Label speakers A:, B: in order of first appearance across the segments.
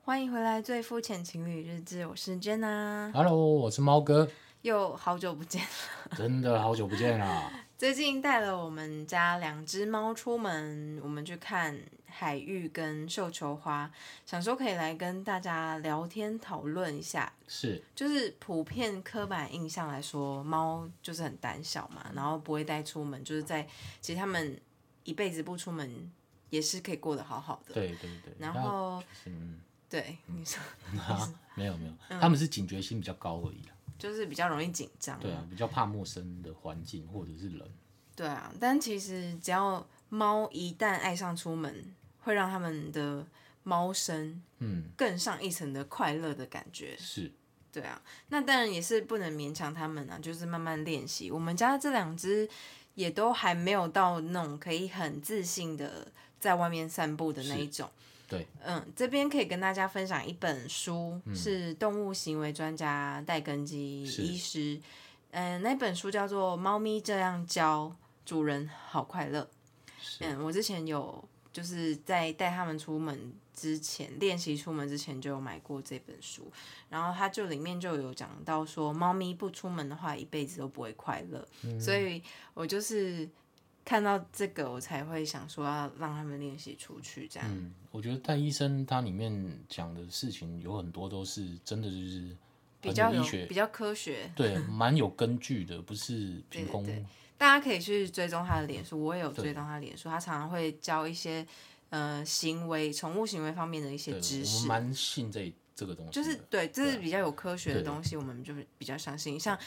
A: 欢迎回来，《最肤浅情侣日志》，我是 Jenna，
B: Hello，我是猫哥，
A: 又好久不见。
B: 真的好久不见啊啦！
A: 最近带了我们家两只猫出门，我们去看海芋跟绣球花，想说可以来跟大家聊天讨论一下。
B: 是，
A: 就是普遍刻板印象来说，猫就是很胆小嘛，然后不会带出门，就是在其实它们一辈子不出门也是可以过得好好的。
B: 对对对。
A: 然
B: 那
A: 后
B: 就是嗯，
A: 对你嗯说，
B: 啊， 没有没有，他们是警觉性比较高而已啦。
A: 就是比较容易紧张。
B: 对啊，比较怕陌生的环境或者是人。
A: 对啊，但其实只要猫一旦爱上出门，会让他们的猫生
B: 嗯，
A: 更上一层的快乐的感觉。
B: 是，
A: 对啊，那当然也是不能勉强他们啊，就是慢慢练习。我们家这两只也都还没有到那种可以很自信的在外面散步的那一种。
B: 对，嗯
A: 嗯，这边可以跟大家分享一本书，是动物行为专家戴根基
B: 是
A: 医师，嗯、那本书叫做《猫咪这样教主人好快乐》。
B: 是
A: 嗯，我之前有就是在带他们出门之前，练习出门之前就有买过这本书，然后它就里面就有讲到说，猫咪不出门的话，一辈子都不会快乐，
B: 嗯
A: 所以我就是看到这个，我才会想说要让他们练习出去这样。
B: 嗯，我觉得戴医生他里面讲的事情有很多都是真的，就是
A: 比
B: 很
A: 较
B: 有
A: 有
B: 医学，
A: 比较科学，
B: 对，蛮有根据的，不是凭空。
A: 对大家可以去追踪他的脸书，我也有追踪他的脸书，他常常会教一些呃行为、宠物行为方面的一些
B: 对，
A: 知
B: 我
A: 识
B: 们。蛮信这这个东西的。
A: 就是对，这
B: 对
A: 是比较有科学的
B: 对
A: 东西，我们就比较相信。像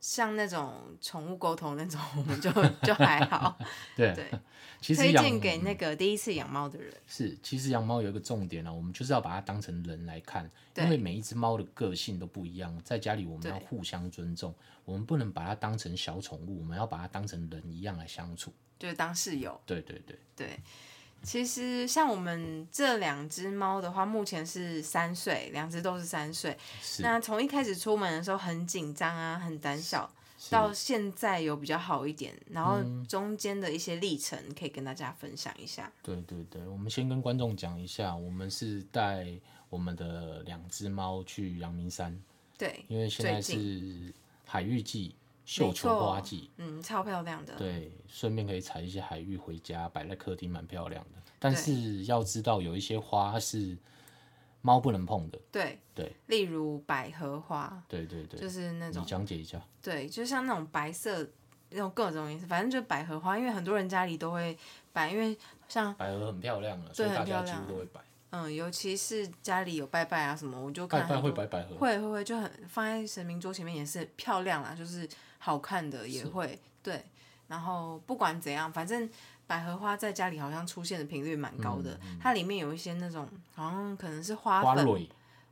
A: 像那种宠物沟通那种，我们 就就还好。
B: 对
A: 对，
B: 其实
A: 推
B: 养嗯
A: 荐给那个第一次养猫的人。
B: 是，其实养猫有一个重点啊，我们就是要把它当成人来看，
A: 对
B: 因为每一只猫的个性都不一样，在家里我们
A: 对
B: 要互相尊重，我们不能把它当成小宠物，我们要把它当成人一样来相处。
A: 就是当室友，
B: 对对对，
A: 对。其实像我们这两只猫的话，目前是三岁，两只都是三岁。
B: 是
A: 那从一开始出门的时候很紧张啊，很胆小，
B: 是嗯
A: 到现在有比较好一点，然后中间的一些历程可以跟大家分享一下。
B: 对对对，我们先跟观众讲一下，我们是带我们的两只猫去阳明山，
A: 对，
B: 因为现在
A: 最
B: 是海芋季、
A: 没
B: 绣球
A: 错
B: 花季，
A: 嗯，超漂亮的。
B: 对，顺便可以采一些海芋回家，摆在客厅蛮漂亮的。但
A: 对
B: 是要知道，有一些花是猫不能碰的。
A: 对
B: 对，
A: 例如百合花，
B: 对对对，
A: 就是那
B: 你
A: 种
B: 讲解一下。
A: 对，就像那种白色那种各种颜色，反正就百合花，因为很多人家里都会摆，因为像
B: 百合很漂亮了，啊所以
A: 对
B: 大
A: 很漂
B: 家几乎
A: 亮
B: 都会摆。
A: 嗯，尤其是家里有拜拜啊什么，我就看
B: 拜拜
A: 很
B: 会
A: 多
B: 摆百合，
A: 会会会就很放在神明桌前面也是漂亮啦，就是好看的也会对。然后不管怎样，反正百合花在家里好像出现的频率蛮高的，它里面有一些那种好像可能是花
B: 嗯花
A: 粉，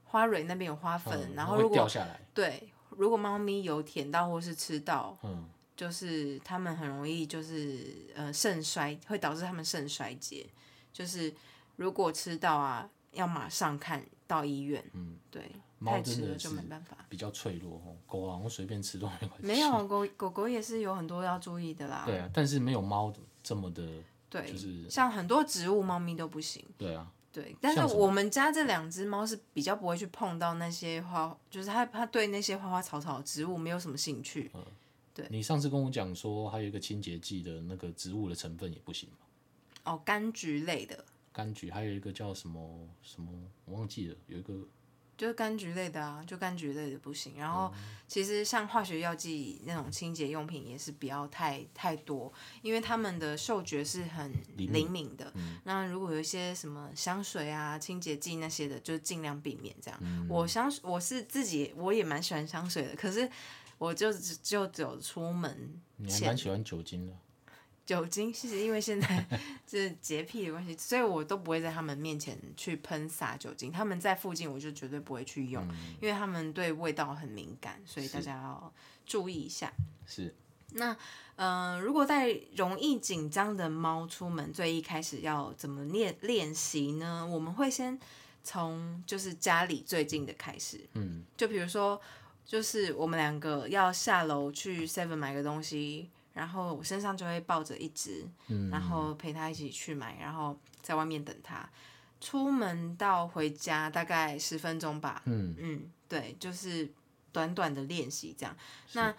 A: 花
B: 蕊，
A: 蕊那边有花粉，
B: 嗯
A: 然
B: 它
A: 后
B: 会
A: 如果
B: 掉下来。
A: 对，如果猫咪有舔到或是吃到，
B: 嗯，
A: 就是它们很容易就是呃肾衰，会导致它们肾衰竭。就是如果吃到啊，要马上看到医院。嗯，对，
B: 猫
A: 太迟
B: 真的
A: 了就是没办法。
B: 比较脆弱哦。狗好像随便吃都没关系。
A: 没。有啊狗狗狗也是有很多要注意的啦。
B: 对啊，但是没有猫这么的，
A: 对，
B: 就是
A: 像很多植物，猫咪都不行。
B: 对啊，
A: 对，但
B: 像
A: 是
B: 什么
A: 我们家这两只猫是比较不会去碰到那些花，就是它它对那些花花草草植物没有什么兴趣。
B: 嗯
A: 对
B: 你上次跟我讲说，还有一个清洁剂的那个植物的成分也不行嘛，
A: 哦，柑橘类的，
B: 柑橘，还有一个叫什么什么，我忘记了，有一个
A: 就是柑橘类的啊，就柑橘类的不行。然
B: 嗯
A: 后其实像化学药剂那种清洁用品也是不要太太多，因为它们的嗅觉是很
B: 灵敏嗯
A: 灵敏的。那如果有一些什么香水啊、清洁剂那些的，就尽量避免这样。
B: 嗯
A: 我香我是自己我也蛮喜欢香水的，可是我就只就只有出门
B: 你还
A: 前
B: 蛮喜欢酒精的，
A: 酒精其实因为现在 就是洁癖的关系，所以我都不会在他们面前去喷洒酒精。他们在附近，我就绝对不会去用，因为他们对味道很敏感，所以大家要注意一下。
B: 是
A: 那嗯、呃如果带容易紧张的猫出门，最一开始要怎么练练习呢？我们会先从就是家里最近的开始，
B: 嗯，
A: 就比如说，就是我们两个要下楼去 Seven 买个东西，然后我身
B: 嗯
A: 上就会抱着一只，然后陪他一起去买，然后在外面等他。出门到回家大概十分钟吧。
B: 嗯，
A: 嗯，对，就是短短的练习这样。
B: 是
A: 那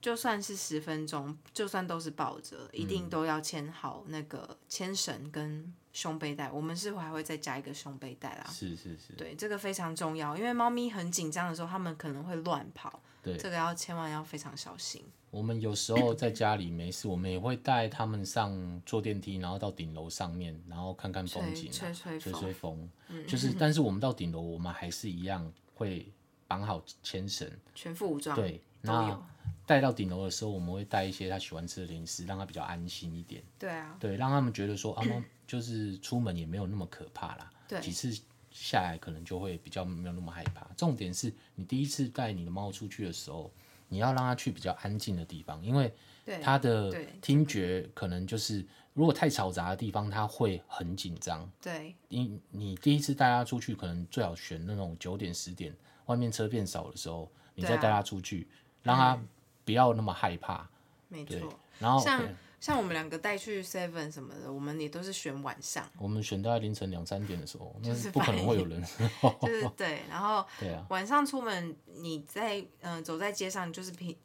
A: 就算是十分钟，就算都是抱着，一
B: 嗯
A: 定都要牵好那个牵绳跟胸背带。我们是还会再加一个胸背带啦。
B: 是是是，
A: 对，这个非常重要，因为猫咪很紧张的时候，它们可能会乱跑，
B: 对
A: 这个要千万要非常小心。
B: 我们有时候在家里没事，我们也会带他们上坐电梯，然后到顶楼上面，然后看看风景、
A: 吹
B: 啊，
A: 吹吹
B: 吹
A: 风嗯
B: 吹风，就是，但是我们到顶楼，我们还是一样会绑好牵绳，
A: 全副武装，
B: 对，
A: 都
B: 那
A: 有。
B: 带到顶楼的时候，我们会带一些他喜欢吃的零食，让他比较安心一点，
A: 对啊，
B: 对，让他们觉得说啊，妈就是出门也没有那么可怕啦，
A: 对
B: 几次下来可能就会比较没有那么害怕。重点是你第一次带你的猫出去的时候，你要让它去比较安静的地方，因为
A: 对，
B: 它的
A: 对
B: 听觉可能就是如果太嘈杂的地方，它会很紧张。
A: 对，
B: 你你第一次带它出去，可能最好选那种九点十点外面车变少的时候，你
A: 对
B: 再
A: 啊嗯
B: 带它出去，让它不要那么害怕。
A: 没
B: 对哦
A: 错。
B: 然后
A: 像
B: 对
A: 像我们两个带去 Seven 什么的，我们也都是选晚上，
B: 我们选到凌晨两三点的时候，那
A: 就是
B: 不可
A: 半
B: 能会有人。哦
A: 就是对，然后
B: 对啊，
A: 晚上出门，你在嗯、呃走在街上，就是平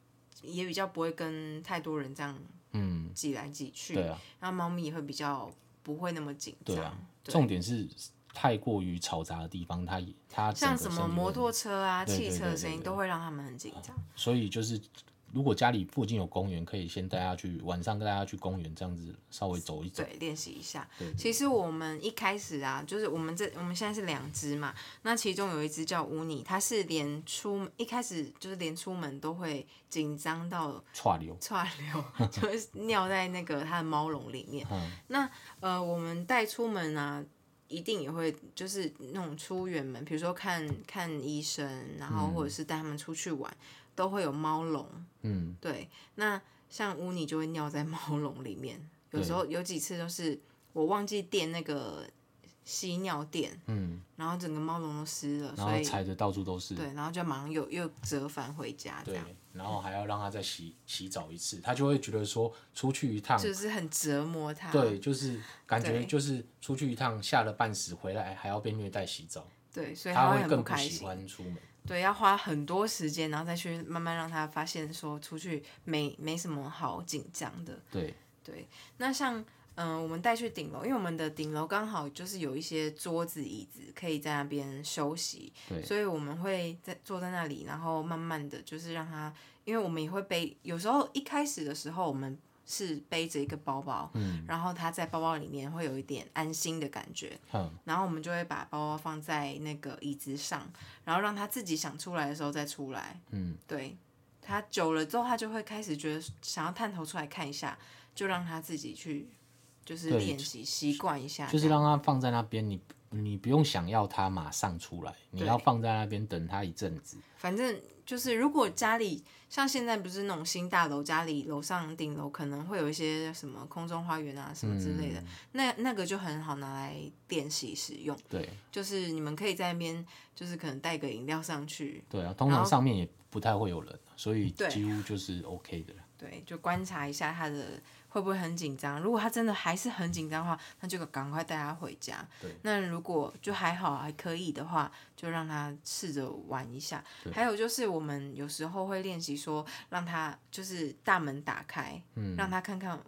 A: 也比较不会跟太多人这样
B: 嗯，
A: 挤来挤去，
B: 对啊，
A: 然后猫咪也会比较不会那么紧张。
B: 对啊。
A: 对
B: 重点是太过于嘈杂的地方，它也它整
A: 像
B: 个
A: 什
B: 身
A: 么
B: 体
A: 摩
B: 会
A: 托车啊、
B: 对
A: 汽
B: 对
A: 车
B: 对
A: 的
B: 对
A: 声音
B: 对
A: 都会让他们很紧张。
B: 所以就是，如果家里附近有公园，可以先带他去，晚上带他去公园，这样子稍微走一走。
A: 对，练习一下
B: 对。
A: 其实我们一开始啊，就是我们这我们现在是两只嘛，那其中有一只叫乌尼，它是连出一开始就是连出门都会紧张到
B: 串流，
A: 串流， 就是尿在那个它的猫笼里面。
B: 嗯
A: 那呃，我们带出门啊。一定也会就是那种出远门，比如说看看医生，然后或者是带他们出去玩，都会有猫笼。
B: 嗯，
A: 对，那像污泥就会尿在猫笼里面，有
B: 对
A: 时候有几次都是我忘记垫那个吸尿垫，
B: 嗯，
A: 然后整个猫笼都湿了，
B: 然
A: 所
B: 后
A: 以
B: 踩的到处都是，
A: 对，然后就马上又又折返回家，这
B: 对
A: 样，
B: 然后还要让他再洗洗澡一次，他就会觉得说出去一趟，
A: 就是很折磨它。
B: 对，就是感觉
A: 对
B: 就是出去一趟下了半死，回来还要被虐待洗澡，
A: 对，所以它
B: 他
A: 会
B: 会
A: 很
B: 更
A: 不
B: 不
A: 开
B: 喜
A: 心。
B: 欢出门。
A: 对，要花很多时间，然后再去慢慢让它发现说出去没没什么好紧张的。
B: 对，
A: 对，那像嗯、呃我们带去顶楼，因为我们的顶楼刚好就是有一些桌子、椅子，可以在那边休息，
B: 对
A: 所以我们会在坐在那里，然后慢慢的就是让它，因为我们也会背，有时候一开始的时候我们。是背着一个包包，
B: 嗯
A: 然后它在包包里面会有一点安心的感觉，
B: 嗯，
A: 然后我们就会把包包放在那个椅子上，然后让它自己想出来的时候再出来，
B: 嗯，
A: 对，他久了之后，他就会开始觉得想要探头出来看一下，就让他自己去，就是
B: 对
A: 练习习惯一下这样，
B: 就是让它放在那边，你你不用想要它马上出来，你
A: 对
B: 要放在那边等它一阵子。
A: 反正就是如果家里像现在不是那种新大楼，家里楼上顶楼可能会有一些什么空中花园啊什么之类
B: 嗯
A: 的，那那个就很好拿来练习使用，
B: 对
A: 就是你们可以在那边就是可能带个饮料上去，
B: 对啊，通
A: 然
B: 常
A: 后
B: 上面也不太会有人，啊所以
A: 对
B: 几乎就是 OK 的啦。
A: 对，就观察一下他的会不会很紧张。如果他真的还是很紧张的话，那就赶快带他回家
B: 对。
A: 那如果就还好还可以的话，就让他试着玩一下。
B: 对
A: 还有就是我们有时候会练习说，让他就是大门打开，
B: 嗯
A: 让他看看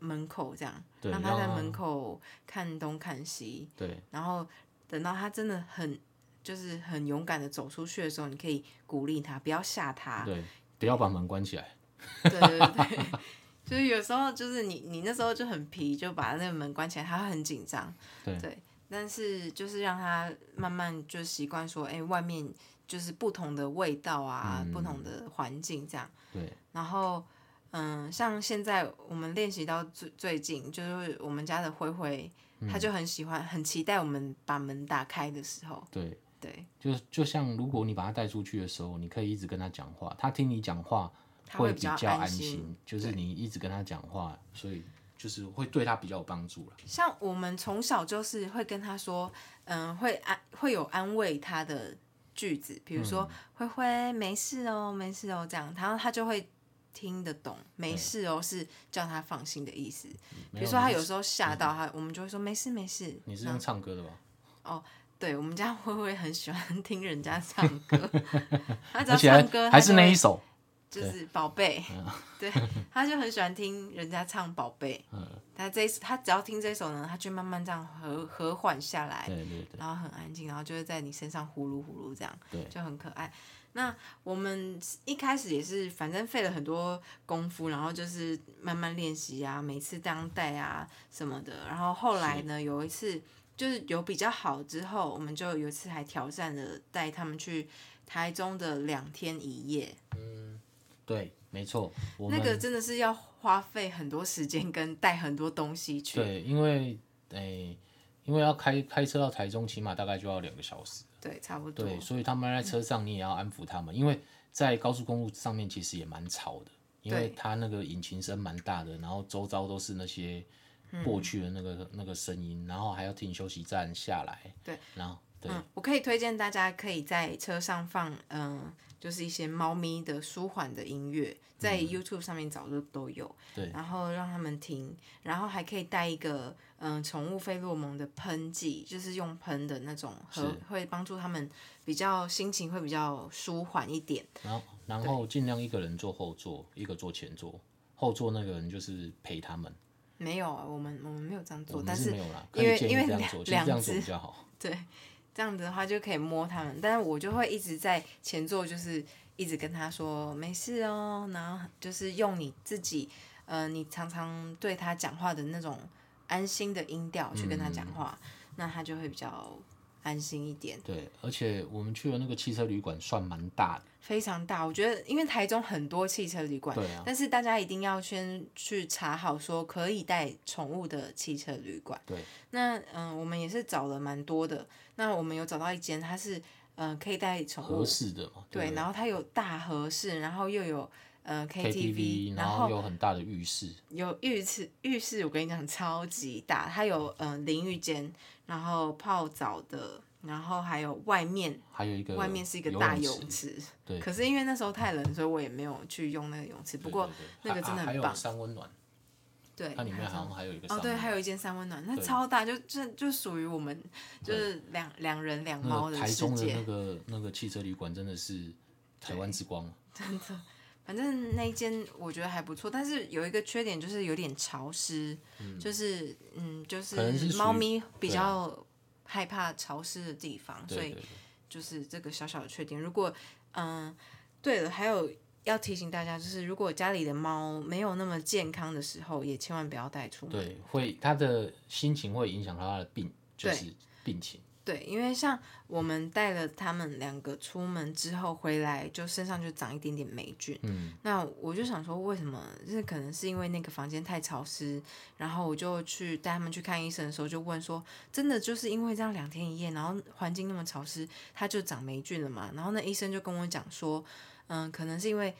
A: 门口这样，
B: 对
A: 让他在
B: 让他
A: 门口看东看西，
B: 对
A: 然后等到他真的很。就是很勇敢的走出去的时候，你可以鼓励他，不要吓他。
B: 对，不要把门关起来。
A: 对对对，对，就是有时候就是你你那时候就很皮，就把那个门关起来，他会很紧张。
B: 对
A: 但是就是让他慢慢就习惯说，哎、外面就是不同的味道啊，
B: 嗯
A: 不同的环境这样。
B: 对
A: 然后，嗯，像现在我们练习到最最近，就是我们家的灰灰，
B: 嗯
A: 他就很喜欢，很期待我们把门打开的时候。
B: 对，
A: 对，
B: 就就像如果你把它带出去的时候，你可以一直跟它讲话，它听你讲话
A: 他会
B: 比
A: 较
B: 较安
A: 心。
B: 心，就是你一直跟它讲话，所以就是会对它比较有帮助了。
A: 像我们从小就是会跟他说，嗯，会安会有安慰他的句子，比如说“灰
B: 嗯
A: 灰没事哦，没事哦”这样，然后他就会听得懂“没事哦”是叫他放嗯心的意思。比
B: 嗯没
A: 如说他嗯
B: 你
A: 有
B: 是
A: 时候吓到他，我们就会说“没事没事”，
B: 你是
A: 然
B: 用
A: 后
B: 唱歌的吧？
A: 对我们家灰灰很喜欢听人家唱歌， 他只
B: 而
A: 要
B: 且还
A: 唱歌，
B: 还是那一
A: 首，
B: 首，
A: 就是宝贝，
B: 嗯
A: 对，他就很喜欢听人家唱宝贝。
B: 嗯
A: 他这一他只要听这首呢，他就慢慢这样和和缓下来，
B: 对对对，
A: 然后很安静，然后就会在你身上呼噜呼噜这样，
B: 对
A: 就很可爱。那我们一开始也是，反正费了很多功夫，然后就是慢慢练习啊，每次这样带啊什么的。然后后来呢，有一次就是有比较好之后，我们就有一次还挑战了带他们去台中的两天一夜，
B: 对，没错，我们
A: 那个真的是要花费很多时间跟带很多东西去。
B: 对，因为诶、因为要开开车到台中，起码大概就要两个小时。
A: 对，差不多。
B: 对，所以他们在车上你也要安抚他们，因为在高速公路上面其实也蛮吵的，因为
A: 对
B: 它那个引擎声蛮大的，然后周遭都是那些
A: 嗯
B: 过去的那个、那个声音，然后还要停休息站下来。
A: 对，
B: 然后对、
A: 嗯，我可以推荐大家可以在车上放，嗯、就是一些猫咪的舒缓的音乐，在 YouTube 上面找都都有。
B: 嗯对
A: 然后让他们听，然后还可以带一个，嗯、宠物费洛蒙的喷剂，就是用喷的那种，和
B: 是
A: 会帮助他们比较心情会比较舒缓一点。
B: 然后然后尽量一个人坐后座，一个坐前座，后座那个人就是陪他们。
A: 没有，啊，我们我们没有这样
B: 我
A: 做，
B: 们
A: 但
B: 是
A: 是
B: 没有啦，可
A: 因
B: 以
A: 为
B: 建议
A: 因为
B: 这样
A: 两
B: 做，其实这样做
A: 两只
B: 比较好。
A: 对，这样子的话就可以摸它们，但是我就会一直在前座，就是一直跟他说没事哦，然后就是用你自己，呃，你常常对他讲话的那种安心的音调去跟他讲话，那他就会比较安心一点。
B: 对，而且我们去的那个汽车旅馆算蛮大的，
A: 非常大，我觉得因为台中很多汽车旅馆，
B: 对啊
A: 但是大家一定要先去查好说可以带宠物的汽车旅馆。
B: 对，
A: 那嗯、呃我们也是找了蛮多的，那我们有找到一间，它是嗯、呃可以带宠
B: 合
A: 物，
B: 适的嘛。
A: 对，
B: 不
A: 然后它有大合适，然后又有呃
B: KTV，
A: 然后
B: 后有很大的浴室，
A: 有浴室，浴室我跟你讲超级大，它有嗯、呃淋浴间，然后泡澡的，然后还有外面
B: 还有一个
A: 外面是一个
B: 游
A: 大
B: 泳
A: 泳
B: 池
A: 池，
B: 对
A: 可是因为那时候太冷，所以我也没有去用那个泳池。不过那个真的
B: 还
A: 很
B: 有
A: 棒，
B: 三温暖，
A: 对，
B: 它里面
A: 还
B: 好
A: 有
B: 像还有一个
A: 哦，对，还
B: 有
A: 有一间三温暖，那
B: 对
A: 超大，就就就属于我们就是两两人两猫
B: 那个
A: 的
B: 台
A: 世
B: 中的
A: 界。
B: 那个那个汽车旅馆真的是台湾之
A: 啊
B: 光，
A: 反正那一间我觉得还不错，但是有一个缺点就是有点潮湿，就是嗯，就是
B: 可能是属于
A: 猫咪比
B: 对啊
A: 较害怕潮湿的地方，所
B: 对
A: 以
B: 对
A: 就是这个小小的缺点。如果嗯，对了，还有要提醒大家，就是如果家里的猫没有那么健康的时候，也千万不要带出
B: 对，
A: 门。
B: 对会它的心情会影响到它的病，就
A: 对
B: 是病情，
A: 对，因为像我们带了他们两个出门之后回来，就身上就长一点点霉菌。
B: 嗯，
A: 那我就想说，为什么？就是可能是因为那个房间太潮湿，然后我就去带他们去看医生的时候，就问说，真的就是因为这样两天一夜，然后环境那么潮湿，它就长霉菌了嘛？然后那医生就跟我讲说，嗯，可能是因为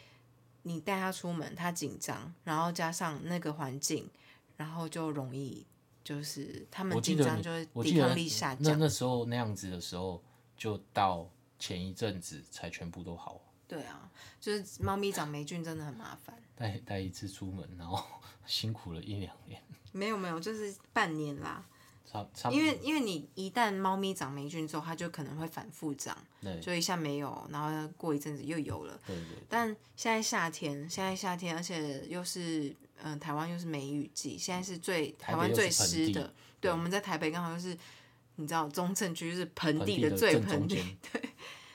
A: 你带它出门，它紧张，然后加上那个环境，然后就容易就是他们
B: 我记
A: 紧
B: 得
A: 张
B: 你
A: 就会
B: 我
A: 抵
B: 记得
A: 抗力下
B: 那
A: 降。
B: 那时候那样子的时候，就到前一阵子才全部都好，
A: 对啊，就是猫咪长霉菌真的很麻烦。
B: 带带一次出门，然后 辛苦了一两年，
A: 没有没有，就是半年啦，
B: 差差不
A: 因
B: 多
A: 为因为你一旦猫咪长霉菌之后，它就可能会反复长，
B: 对
A: 就一下没有，然后过一阵子又有了。
B: 对对
A: 但现在夏天，现在夏天，而且又是嗯、台湾又是梅雨季，现在是最台
B: 台北
A: 湾
B: 又
A: 最
B: 是盆
A: 湿
B: 地
A: 的。对，我们在台北刚好就是你知道中正区就是
B: 对，
A: 盆
B: 盆
A: 地
B: 地的
A: 最
B: 正
A: 盆
B: 中
A: 地，
B: 间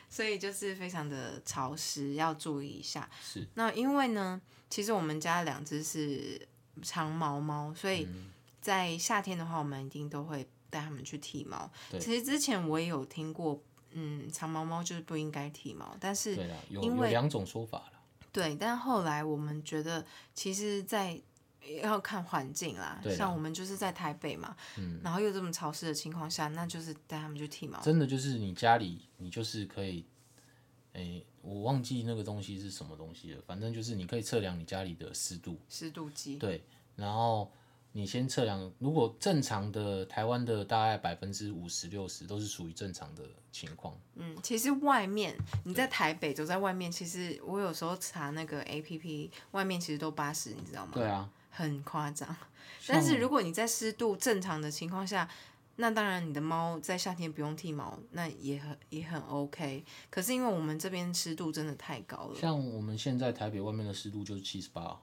A: 所以就是非常的潮湿，要注意一下。
B: 是
A: 那因为呢，其实我们家两只是长毛猫，所以
B: 嗯
A: 在夏天的话，我们一定都会带它们去剃毛。
B: 对
A: 其实之前我也有听过，嗯，长毛猫就是不应该剃毛，但是
B: 对啦，有
A: 因
B: 有
A: 为
B: 两种说法啦，
A: 对，但后来我们觉得，其实在，要看环境啦。
B: 对啦嗯
A: 像我们就是在台北嘛，然后又这么潮湿的情况下，那就是带他们去剃毛。
B: 真的就是你家里，你就是可以，诶、我忘记那个东西是什么东西了，反正就是你可以测量你家里的湿度，
A: 湿度计，
B: 对，然后你先测量，如果正常的台湾的大概百分之五十六十都是属于正常的情况，
A: 嗯，其实外面你在台北走在外面，其实我有时候查那个 A P P，外面其实都八十，你知道吗？
B: 对啊，
A: 很夸张。但是如果你在湿度正常的情况下，那当然，你的猫在夏天不用剃毛，那也很也很 OK。可是因为我们这边湿度真的太高了，
B: 像我们现在台北外面的湿度就是七十八，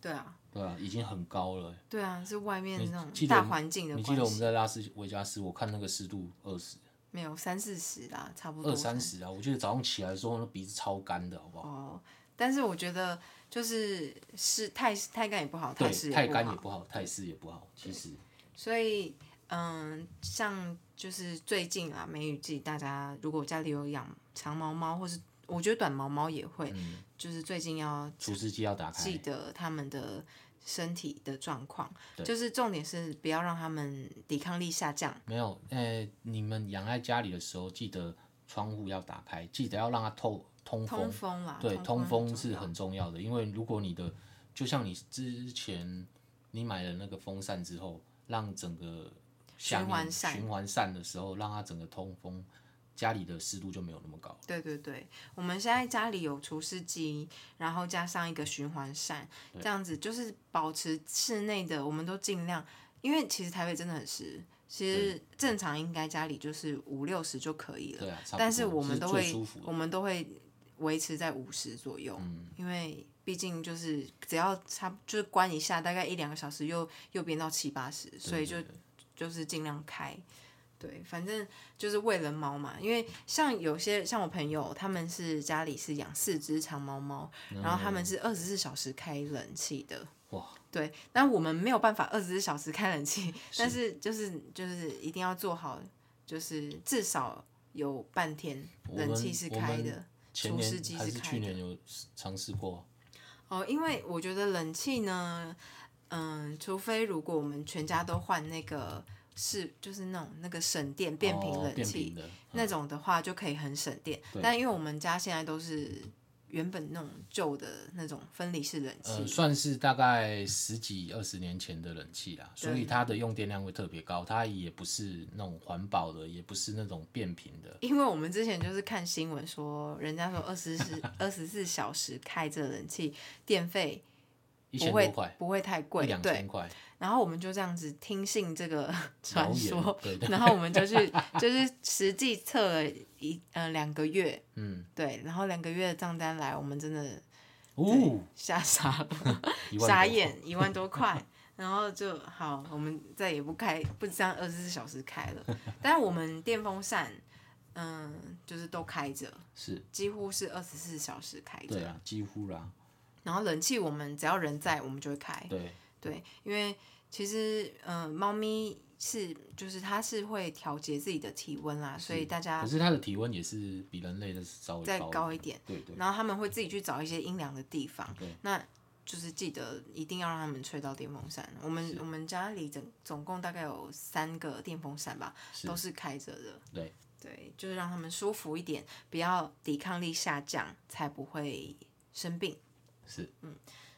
A: 对啊，
B: 对啊，已经很高了欸。
A: 对啊，是外面那
B: 记
A: 种
B: 得
A: 大
B: 我们
A: 环境的
B: 你记
A: 关
B: 得我们
A: 系，
B: 在拉斯维加斯，我看那个湿度二十、
A: 没有三四十啦，差不多
B: 二三十啊，我记得早上起来的时候，那鼻子超干的，好不好？
A: 哦。但是我觉得就是湿太太干也不好，
B: 对
A: 湿，
B: 太
A: 也不
B: 干
A: 好
B: 也，不好，太湿也不好。其实
A: 所以，嗯，像就是最近啊，梅雨季，大家如果家里有养长毛猫，或是我觉得短毛猫也会，就是最近要
B: 除湿机要嗯打开
A: 记，得它们的身体的状况，
B: 对
A: 就是重点是不要让它们抵抗力下降。
B: 没有，呃，你们养在家里的时候，记得窗户要打开，记得要让它透通风。
A: 通风啦，
B: 对，通风
A: 风
B: 是
A: 重要
B: 很重要的，因为如果你的，就像你之前你买了那个风扇之后，让整个下
A: 循
B: 面
A: 环扇
B: 循环扇的时候，让它整个通风，家里的湿度就没有那么高。
A: 对对对，我们现在家里有除湿机，然后加上一个循环扇，这样子就是保持室内的，我们都尽量，因为其实台北真的很湿，其实正常应该家里就是五六十就可以了，
B: 对啊，差不
A: 但是
B: 多
A: 我们
B: 是
A: 都
B: 最
A: 会
B: 舒服，嗯
A: 我
B: 的。
A: 们都会维持在五十左右，因为毕竟就是只要差就是关一下，大概一两个小时又又变到七八十，所以就
B: 对对
A: 就是尽量开。对，反正就是为了猫嘛，因为像有些像我朋友，他们是家里是养四只长毛猫，然后他们是二十四小时开冷气的。
B: 嗯哇！
A: 对，那我们没有办法二十四小时开冷气，但是就是就是一定要做好，就是至少有半天
B: 我
A: 冷
B: 们
A: 气是
B: 我
A: 开
B: 们
A: 的。
B: 前
A: 除
B: 年
A: 湿机
B: 还
A: 是
B: 是
A: 开
B: 去
A: 的
B: 年有尝试过啊，
A: 哦，因为我觉得冷气呢，嗯，除非如果我们全家都换那个是就是那种那个省电变频
B: 哦
A: 冷
B: 变
A: 气、
B: 频的，
A: 那种的话，就可以很省电。但因为我们家现在都是原本那种旧的那种分离式冷
B: 呃，
A: 气，
B: 算是大概十几二十年前的冷气啦，所以它的用电量会特别高，它也不是那种环保的，也不是那种变频的，
A: 因为我们之前就是看新闻说，人家说二十四二十四小时开着冷气，电费
B: 一千
A: 不
B: 多
A: 会
B: 块，
A: 不会太
B: 一
A: 贵，
B: 两
A: 对
B: 千。块，
A: 然后我们就这样子听信这个传
B: 谣
A: 说
B: 言对，对
A: 然后我们就去就是实际测了一呃两个月，
B: 嗯，
A: 对，然后两个月的账单来，我们真的
B: 哦，
A: 吓傻了，
B: 一万
A: 傻
B: 多
A: 眼，一万多块。然后就好，我们再也不开，不这样二十四小时开了。但是我们电风扇，嗯，就是都开着，
B: 是，
A: 几乎是二十四小时开着。
B: 对啊，几乎啦，
A: 然后冷气我们只要人在，我们就会开。
B: 对，
A: 对，因为其实嗯、呃猫咪是就是它是会调节自己的体温啦，所以大家
B: 可是它的体温也是比人类的稍微
A: 再
B: 高，
A: 高一点，
B: 对对，
A: 然后他们会自己去找一些阴凉的地方
B: 对。
A: 那就是记得一定要让他们吹到电风扇。我们我们家里总总共大概有三个电风扇吧，
B: 是
A: 都是开着的。
B: 对
A: 对，就是让他们舒服一点，不要抵抗力下降，才不会生病。
B: 是，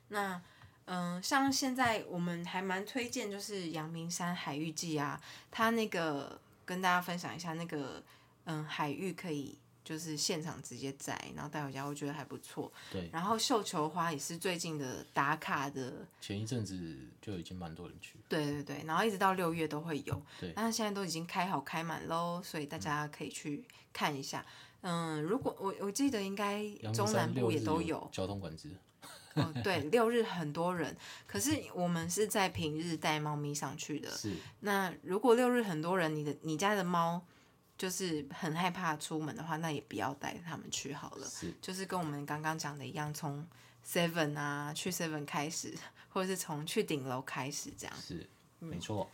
A: 那嗯、呃像现在我们还蛮推荐，就是阳明山海域季啊，它那个跟大家分享一下那个嗯、海域可以。就是现场直接摘，然后带回家，我觉得还不错。
B: 对
A: 然后绣球花也是最近的打卡的，
B: 前一阵子就已经蛮多人去了，
A: 对对对。然后一直到六月都会有，
B: 对嗯
A: 但是现在都已经开好开满喽，所以大家可以去看一下。嗯，如果我我记得应该
B: 阳明
A: 中南
B: 山六
A: 部
B: 日
A: 也都
B: 有 交通管制，
A: 哦，对，六日很多人，可是我们是在平日带猫咪上去的。
B: 是
A: 那如果六日很多人，你的你家的猫就是很害怕出门的话，那也不要带它们去好了。
B: 是，
A: 就是跟我们刚刚讲的一样，从 Seven 啊去 Seven 开始，或者是从去顶楼开始这样。
B: 是，没错。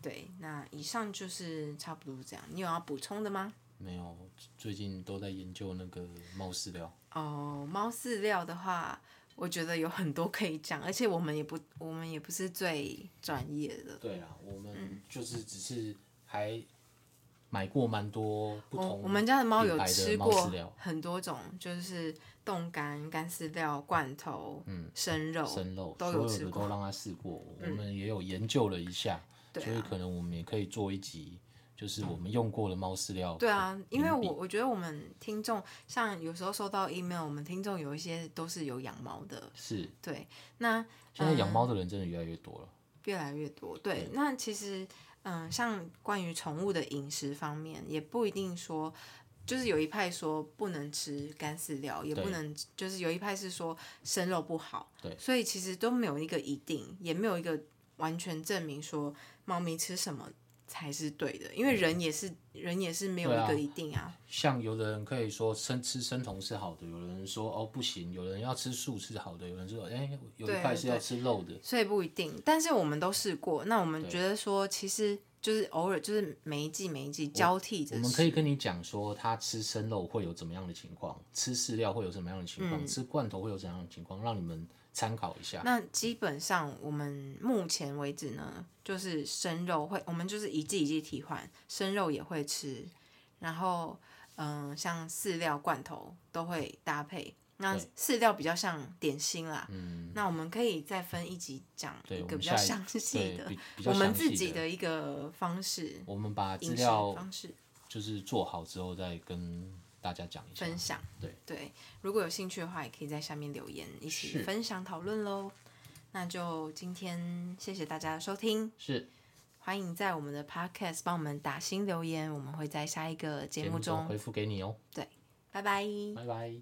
A: 对，那以上就是差不多这样。你有要补充的吗？
B: 没有，最近都在研究那个猫饲料。
A: 哦，猫饲料的话，我觉得有很多可以讲，而且我们也不我们也不是最专业的。
B: 对啊，我
A: 嗯
B: 们就是只是还买过蛮多不
A: 我
B: 同。
A: 我们家的猫有
B: 品牌的
A: 吃
B: 猫
A: 过
B: 饲料
A: 很多种，就是冻干、干饲料、罐头、生肉，
B: 嗯生肉，
A: 都
B: 所
A: 有
B: 有
A: 吃
B: 的
A: 过嗯
B: 都让它试过，我们也有研究了一下，
A: 对啊
B: 所以可能我们也可以做一集，就是我们用过的猫饲料。
A: 对啊，因为
B: 评比
A: 我我觉得我们听众像有时候收到 email，我们听众有一些都是有养猫的，
B: 是
A: 对，那
B: 现在养猫的人真的越来越多了。
A: 越来越多。对，那其实嗯，像关于宠物的饮食方面，也不一定说，就是有一派说不能吃干饲料，也不
B: 对
A: 能，就是有一派是说生肉不好，
B: 对
A: 所以其实都没有一个一定，也没有一个完全证明说猫咪吃什么才是对的，因为人也是人也是没有
B: 对
A: 一
B: 啊
A: 个一定啊，
B: 像有的人可以说生吃生酮是好的，有的人说哦不行，有人要吃素是好的，有人说哎、有一
A: 对
B: 派是要
A: 对
B: 吃肉的，
A: 所以不一定，但是我们都试过，那我们
B: 对
A: 觉得说其实。就是偶尔，就是每一季每一季交替着
B: 我们
A: 吃
B: 可以跟你讲说，他吃生肉会有怎么样的情况，吃饲料会有什么样的情况，
A: 嗯
B: 吃罐头会有怎样的情况，让你们参考一下。
A: 那基本上我们目前为止呢，就是生肉会，我们就是一季一季替换，生肉也会吃，然后嗯、呃像饲料罐头都会搭配。那
B: 对嗯
A: 饲料比较像点心啦，那我们可以再分一集讲
B: 对
A: 一
B: 我
A: 个
B: 们
A: 比较
B: 下一
A: 详细
B: 对
A: 的
B: 比比较
A: 我们
B: 详
A: 自
B: 细
A: 己
B: 的
A: 的一个方式，
B: 我们把资
A: 饮食
B: 料
A: 方式
B: 就是做好之后再跟大家讲一下。
A: 分享。
B: 对
A: 对，如果有兴趣的话，也可以在下面留言一起
B: 是
A: 分享讨论喽。那就今天谢谢大家的收听。
B: 是
A: 欢迎在我们的 podcast 帮我们打新留言，我们会在下一个节目中，
B: 回复给你哦，
A: 拜拜。
B: 拜拜。